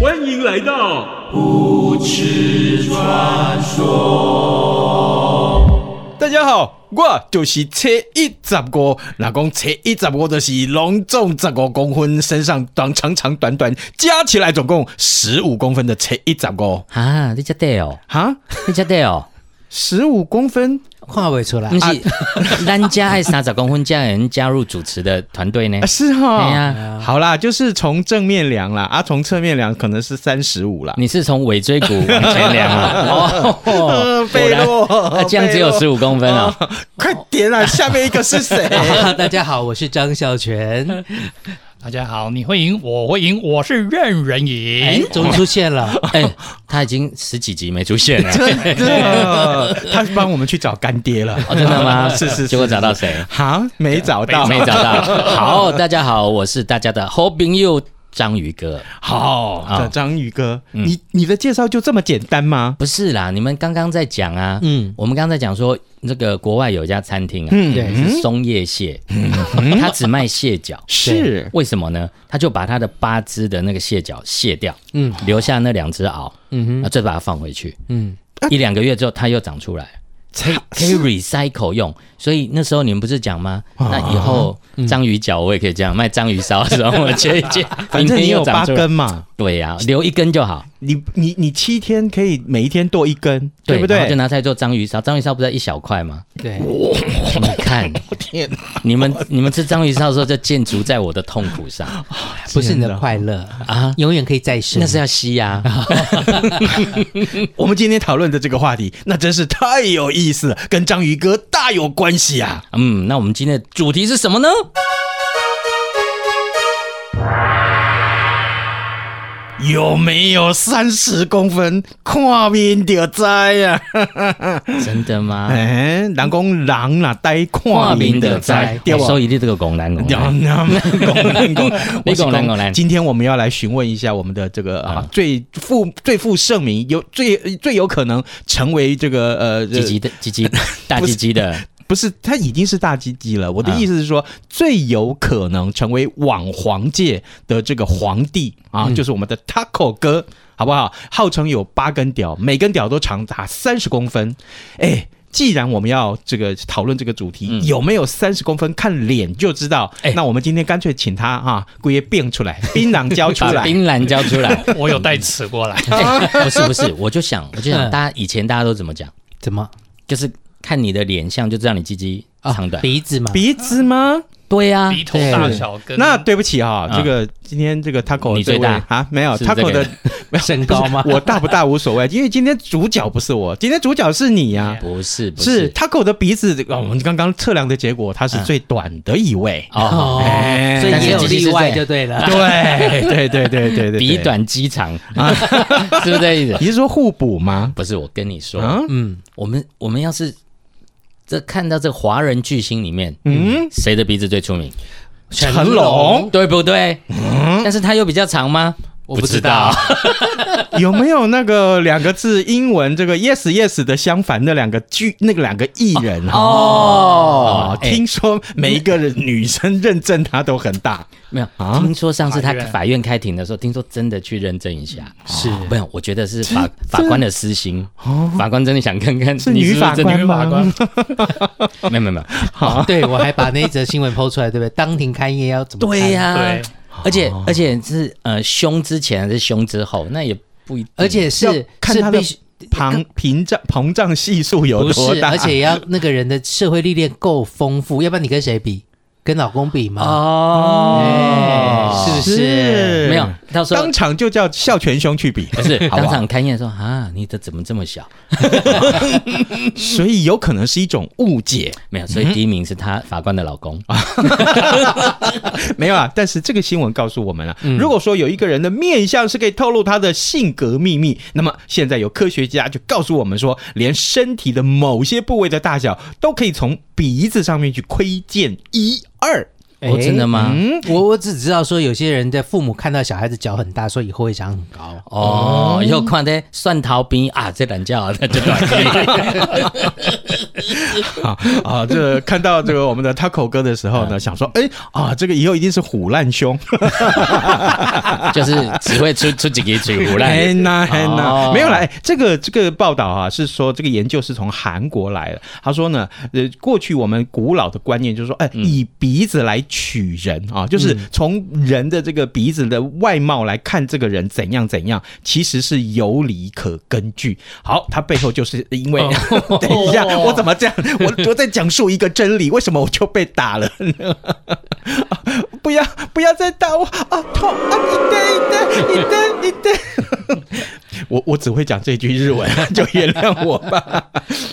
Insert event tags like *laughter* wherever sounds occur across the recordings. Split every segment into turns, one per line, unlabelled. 欢迎来到
大家好，我就是初一十五。若讲初一十五，就是隆重十五公分，身上短长长短短，加起来总共十五公分的初一十五。
啊，你遮对哦，
哈，
你遮对哦，
十五公分，
看不出来啊
不，是，咱家爱三十公分家人加入主持的团队呢
啊、？是哈、
对呀
好啦，就是从正面量啦，啊，从侧面量可能是三十五啦。
你是从尾椎骨往前量
*laughs*
啊？哦
*laughs* 呃，贝洛
果然啊这样只有
贝洛
十五公
*laughs*
分哦。
快点啦，下面一个是
*laughs*
谁？
啊
*laughs*
大家好，我是张孝全，
大家好，你会赢，我会赢，我是任人赢。
哎，
终于出现了。
哎，他已经十几集没出现了，
真的，他帮我们去找干爹了。
哦，真的吗？
*laughs* 是是是
结果找到谁？
哈，没找到，
没找到。 *laughs* 好，大家好，我是大家的好朋友章鱼哥。
好
啊
的，章鱼哥，你你的介绍就这么简单吗？
不是啦，你们刚刚在讲啊，嗯，我们刚刚在讲说这个国外有一家餐厅啊，
嗯对嗯
是松叶蟹， *laughs* 它只卖蟹脚。
是
为什么呢？他就把他的八只的那个蟹脚卸掉，嗯，留下那两只螯，嗯哼，再把它放回去，嗯，
啊
一两个月之后它又长出来，可以可以 recycle 用。所以那时候你们不是讲吗？那以后
嗯
章鱼脚我也可以这样卖章鱼烧的时候， *laughs* 我切一切，
*laughs* 反正
明
你
天又
有八
长出来
根，嘛，
对呀，留一根就好。
你你你七天可以每一天剁一根，对不
然后就
对？
拿出来做章鱼烧，章鱼烧不是一小块吗？
对，
你
*laughs*
看，你们你们吃章鱼烧的时候，就建筑在我的痛
*laughs*
苦上
不是你的快乐啊
啊，
永远可以再生。
那是要吸啊呀、
我们今天讨论的这个话题，那真是太有意思了，跟章鱼哥大有关系啊！
嗯，那我们今天的主题是什么呢？
有没有三十公分看面就知啊？
*laughs* 真
*laughs*
的吗？
哎，人讲人啦，呆看面就知，对
我
不？
收一定这个拱
*laughs*
南拱
讲
南。
讲讲讲，
你讲咱
讲
讲咱
今天我们要来询问一下我们的这个啊
啊
最负最负盛名，有最最有可能成为这个呃
鸡鸡的鸡鸡大鸡鸡的
不是，他已经是大鸡鸡了。我的意思是说，
啊
最有可能成为网黄界的这个皇帝啊，
嗯
就是我们的 Taco 哥，好不好？号称有八根屌，每根屌都长达三十公分。哎，既然我们要这个讨论这个主题，
嗯
有没有三十公分，看脸就知道。
哎
那我们今天干脆请他啊，故意变出
*laughs*
来，槟榔交出
把
来。
槟榔交出来。
我有带尺过来，
哎不是不是，我就想我就想，
嗯
大家以前大家都怎么讲？
怎么
就是看你的脸相就知道你鸡鸡长短。
鼻子嘛？
鼻子吗？
对呀、
鼻头大小跟
那啊对不起哈、
嗯
这个今天这个 Taco
你最
这位
大
啊，没有
是这个
Taco 的
身高 *laughs* 吗？
我 *laughs* 大不大无所谓，因为今天主角不是我，今天主角是你呀、
不是不
是
是
Taco 的鼻子，哦我们刚刚测量的结果，它是最短的一位。
*laughs* 哦，
哎
所以也有
但是
例
但
外
是
就对了。
对 *laughs* 对对对对对对，
鼻，短肌长， *laughs* 是不是这意思？
你是说互补吗？
不是，我跟你说，
啊，
嗯，
我们我们要是这看到这华人巨星里面，
嗯，
谁的鼻子最出名，
成龙嗯
对不对？但是他又比较长吗？我不知道，
有没有那个两个字英文这个 yes yes 的相反的两个剧那个两个艺人啊？
哦哎
哦，听说每一个人女生认证他都很大，
没有
啊，
听说上次他
法院
法院开庭的时候，听说真的去认证一下，
嗯
是
没有，我觉得是法法官的私心，法官真的想看看
哦是
你
女
不
法
真的
官吗？
没有没有没有，
对，我还把那一则新 *laughs* 闻抛出来，对不对？当庭勘验要怎么看？
对呀、
啊
对，
而且
哦
而且是呃凶之前还是凶之后，那也不一定，
而且
*laughs* 要
是
看
是
他的
必须
膨膨胀膨胀系数有
不
多
是，
大？
而且要那个人的社会历练够丰富，要不然你跟谁比？
跟老公比
啊
吗？
哦
哎是不是
没有，到时候
当场就叫孝全兄去比，
不是
*laughs* 好不
当
好嗯
场开验说啊，你的怎么这么小？
所以有可能是一种误解，
没有，所以第一名是他法官的老公。
哎没有啊。但是这个新闻告诉我们啊，如果说有一个人的面相是可以透露他的性格秘密，那么现在有科学家就告诉我们说，连身体的某些部位的大小都可以从鼻子上面去窥见一二。
哦，真的吗？
嗯
嗯我我只知道说，有些人的父母看到小孩子脚很大，说以后会长很高。
哦，又看的蒜头边啊，这懒觉那就短
*laughs* 啊啊！这看到这个我们的 Taco 哥的时候呢，想说，哎啊，这个以后一定是虎烂兄，
就是只会出出几个嘴胡来。
哎呐哎呐
哦，
没有啦，哎这个这个报道啊，是说这个研究是从韩国来的。他说呢，呃，过去我们古老的观念就是说，哎，以鼻子来取人啊，就是从人的这个鼻子的外貌来看这个人怎样怎样，其实是有理可根据。好，他背后就是因为， *laughs* 等一下，我怎么这样？我我在讲述一个真理，为什么我就被打了呢？ *laughs* 不要不要再打我啊！痛啊！一对一对一对一对。我我只会讲这句日文， *laughs* 就原谅我吧。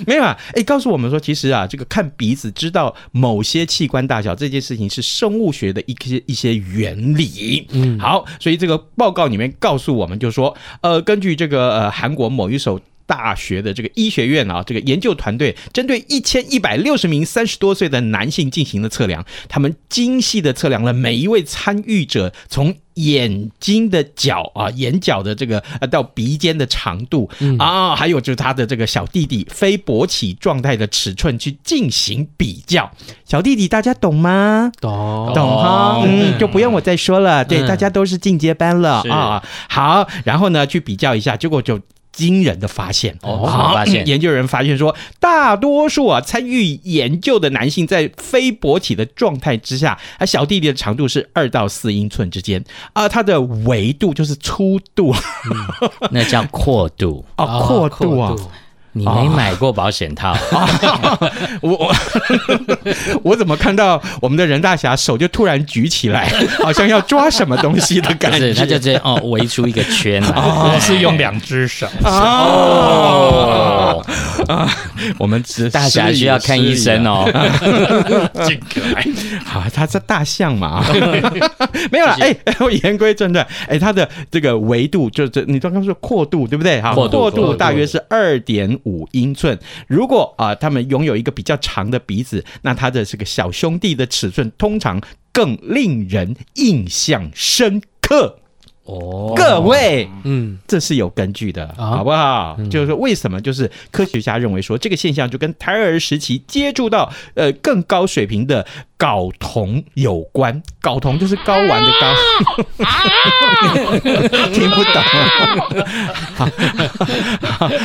没有啊，哎，告诉我们说，其实啊，这个看鼻子知道某些器官大小这件事情是生物学的一些一些原理。嗯，好，所以这个报告里面告诉我们，就说，呃，根据这个呃韩国某一所大学的这个医学院啊，这个研究团队针对一千一百六十名三十多岁的男性进行了测量，他们精细的测量了每一位参与者从眼睛的角啊，眼角的这个呃到鼻尖的长度、啊，还有就是他的这个小弟弟非勃起状态的尺寸去进行比较。小弟弟大家懂吗？
哦
懂
懂
哦
哈，嗯，就不用我再说了。对，
嗯
大家都是进阶班了
是
啊。好，然后呢，去比较一下，结果就。惊人的发现
哦什么发现
嗯研究人员发现说，大多数啊参与研究的男性在非勃起的状态之下，啊小弟弟的长度是二到四英寸之间啊，它的维度就是粗度 *laughs*
那叫阔度。
哦
啊，阔度啊，
你没买过保险套，
哦我我 *laughs* 我怎么看到我们的任大侠手就突然举起来， *laughs* 好像要抓什么东西的
就
感
*laughs* *laughs* 是
觉？
他就这哦围出一个圈来。
哦
不是用两
*laughs*
只手，
哦，
啊我们只
大侠需要看医生
哦。
哦。
进可来。
好，它是大象
*laughs*
嘛，没有啦。哎、我言归正传，哎、它的这个维度就这，你刚刚说阔度对不对？哈，
阔度阔度
大约是二点五英寸。如果啊、他们拥有一个比较长的鼻子，那他的这个小兄弟的尺寸通常更令人印象深刻。
哦，
各位，
嗯，
这是有根据的，好不好？就是说，为什么？就是科学家认为说，这个现象就跟胎儿时期接触到呃更高水平的睾酮有关。睾酮就是睾丸的睾， *laughs* 听不懂。好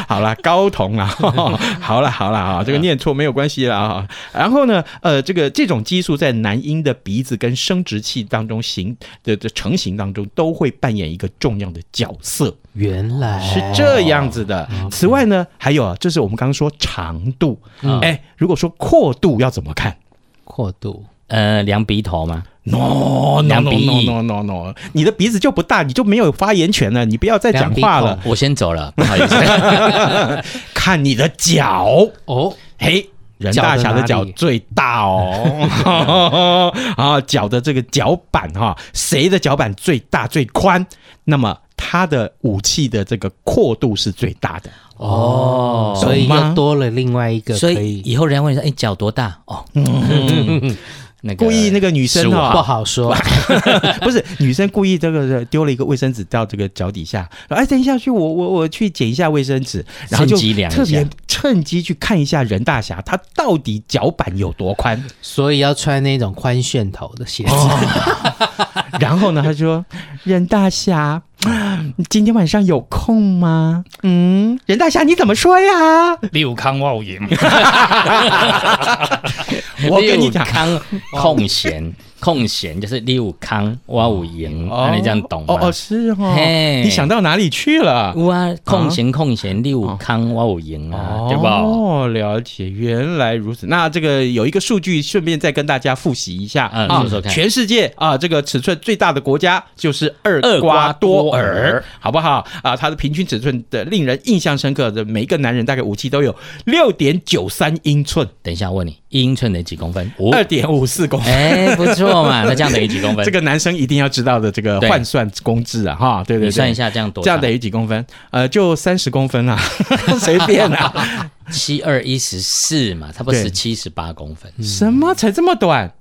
好啦，高同啦， *laughs* 好啦好啦啊，这个念错没有关系啦啊。然后呢，呃，这个这种激素在男婴的鼻子跟生殖器当中形的的成型当中，都会扮演一个重要的角色，
原来
是这样子的。此外呢，还有啊，就是我们刚刚说长度，哎、如果说阔度要怎么看？
阔度
呃，量鼻头吗？
no no
量
no
鼻
no
翼
no no no，你的鼻子就不大，你就没有发言权了，你不要再讲话了
量。
我先走了，不好意思。
看你的脚，
哦，
嘿，人大侠的
脚
脚
的哪里
最大哦， *laughs* 啊，脚的这个脚板哈、谁的脚板最大最宽？那么他的武器的这个阔度是最大的。
哦，
所以
懂吗
又多了另外一个可
所以
以
以后人家问你说，哎，脚多大？哦，那个
故意那个女生哦
15
哈、
不好说，
*laughs*
不是女生故意这个丢了一个卫生纸到这个脚底下，然后哎，等一下去，我我我去捡一下卫生纸，然后就
趁机量一下
特别趁机去看一下人大侠他到底脚板有多宽。 *laughs*
所以要穿那
哦
种宽楦头的鞋子。
然后呢，他说：“任大侠，今天晚上有空吗？嗯，任大侠你怎么说
*laughs*
呀？
六康
*laughs*
望赢，
我跟你讲
六，康空闲，空闲就是六康挖五营，
哦
那你这样懂吗
哦？哦，是哦，
嘿
你想到哪里去了？
有啊，空闲空闲六康挖五营啊，对吧？
哦，了解，原来如此。那这个有一个数据，顺便再跟大家复习一下
嗯
啊
说说，看
全世界啊，这个尺寸最大的国家就是厄
厄瓜
瓜
多
多
尔
尔，好不好？啊，它的平均尺寸的令人印象深刻的，每一个男人大概武器都有六点九三英寸，
等一下问你，一英寸等于几公分？五
二点五四公分。
哎，不错嘛，那这样等于几哦 *laughs* 公分？
这个男生一定要知道的这个
对
换算公制啊，哈，对对对，
你算一下，这样多
这
少？
样等于几公分？呃，就三十公分啦，啊 *laughs* 随便啊
*laughs*
啦。
七二一十四嘛，差不多
对
十七十八公分，
什么才这么短？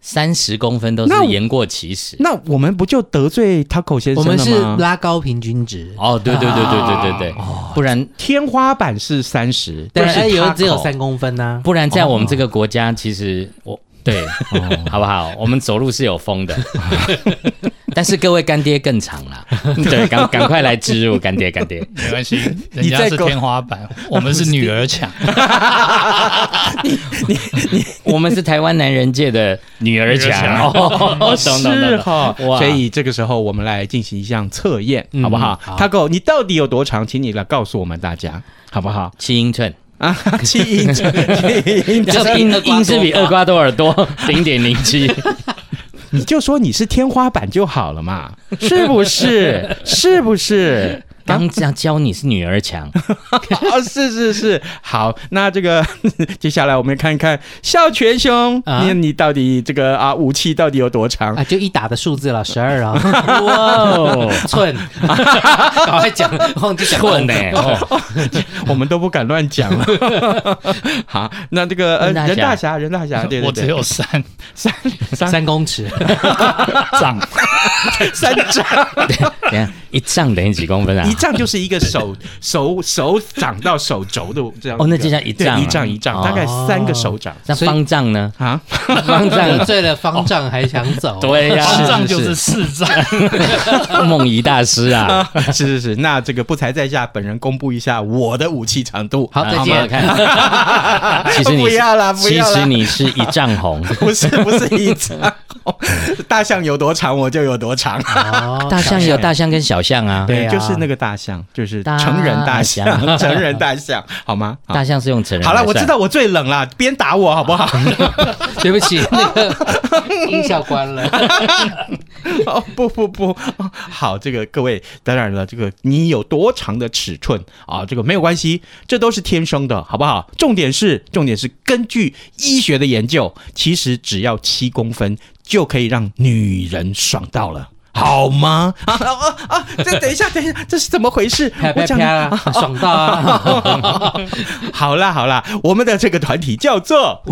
三十公分都
那
是
我
言过其实。
那我们不就得罪 Taco 先
我
生了吗？
们是拉高平均值，
哦，对对对对对对对，不然
天花板是三十，
但
但是
是哎有只有
Taco
三公分啊呐、
不然在我们这个国家，其实我对，好不好？我们走路是有风的，但是各位干爹更长啦，对，赶赶快来植入干爹干爹。
没关系，人
你
家
在
是
搞
天
*laughs*
花板，我们是女儿墙，
我们是台湾男人界的女儿
女儿
墙，
墙
哦，懂懂懂
是
懂
哈，
哇
所以这个时候我们来进行一项测验，好不好？Taco，你到底有多长？请你来告诉我们大家，好不好？
七英寸，
啊，七英寸，七英
这个
寸，
英英是比厄瓜多尔多零点零七，
你就说你是天花板就好了嘛，是不是？是不是？
刚这样教你是女儿墙，
*laughs* 哦，是是是，好，那这个 *laughs* 接下来我们看一看孝全兄，
啊
你你到底这个啊武器到底有多长
啊，？就一打的数
*laughs*
字了，十二啊，
哇哦，
寸，
*laughs*
赶快讲，忘记讲
困呢、哦。
*laughs* 我们都不敢乱
*laughs*
讲了。好，那这个呃，
任
任
大
大侠，任
*laughs*
大侠， *laughs* 对对
我只
对，*laughs*
有三
三三
三公尺，
丈，
三丈，
等一下一丈等于几公分啊
一？丈就是一个手 *laughs* 手手掌到手肘的这样个。
哦那就像一
对
丈啊
一丈一丈，
哦
大概三个手掌
那
所以
方丈呢？
啊。 *laughs*
方
得
丈
罪了方丈还想走，
对呀、
方
啊，
丈就是四丈，
梦遗大师
*laughs*
啊。
是是是，那这个不才在下，本人公布一下我的武器长度。 *laughs*
好，再
好
见
蛮好。看，其实你是
不要啦不
其
要啦
实你是一丈红，
*laughs* 不是不是一丈红，大象有多长我就有多长。
哦
大象有大象跟小象啊，
对啊
就是那个大象，就是
大
成人大
象
象， *laughs* 成人大象，好吗？好
大象是用成人。
好了，我知。道我最冷了，边打我好
*laughs*
不好？
对不起，那个音效关了。
哦，不不不，哦好，这个各位，当然了，这个你有多长的尺寸啊？这个没有关系，这都是天生的，好不好？重点是，重点是根据医学的研究，其实只要七公分就可以让女人爽到了。好吗？啊啊啊！这等一下，等一下，这是怎么回事？
啪
*laughs* *laughs* 我
啪
讲
啪啦，爽到啊！
*laughs* 好啦好啦，我们的这个团体叫做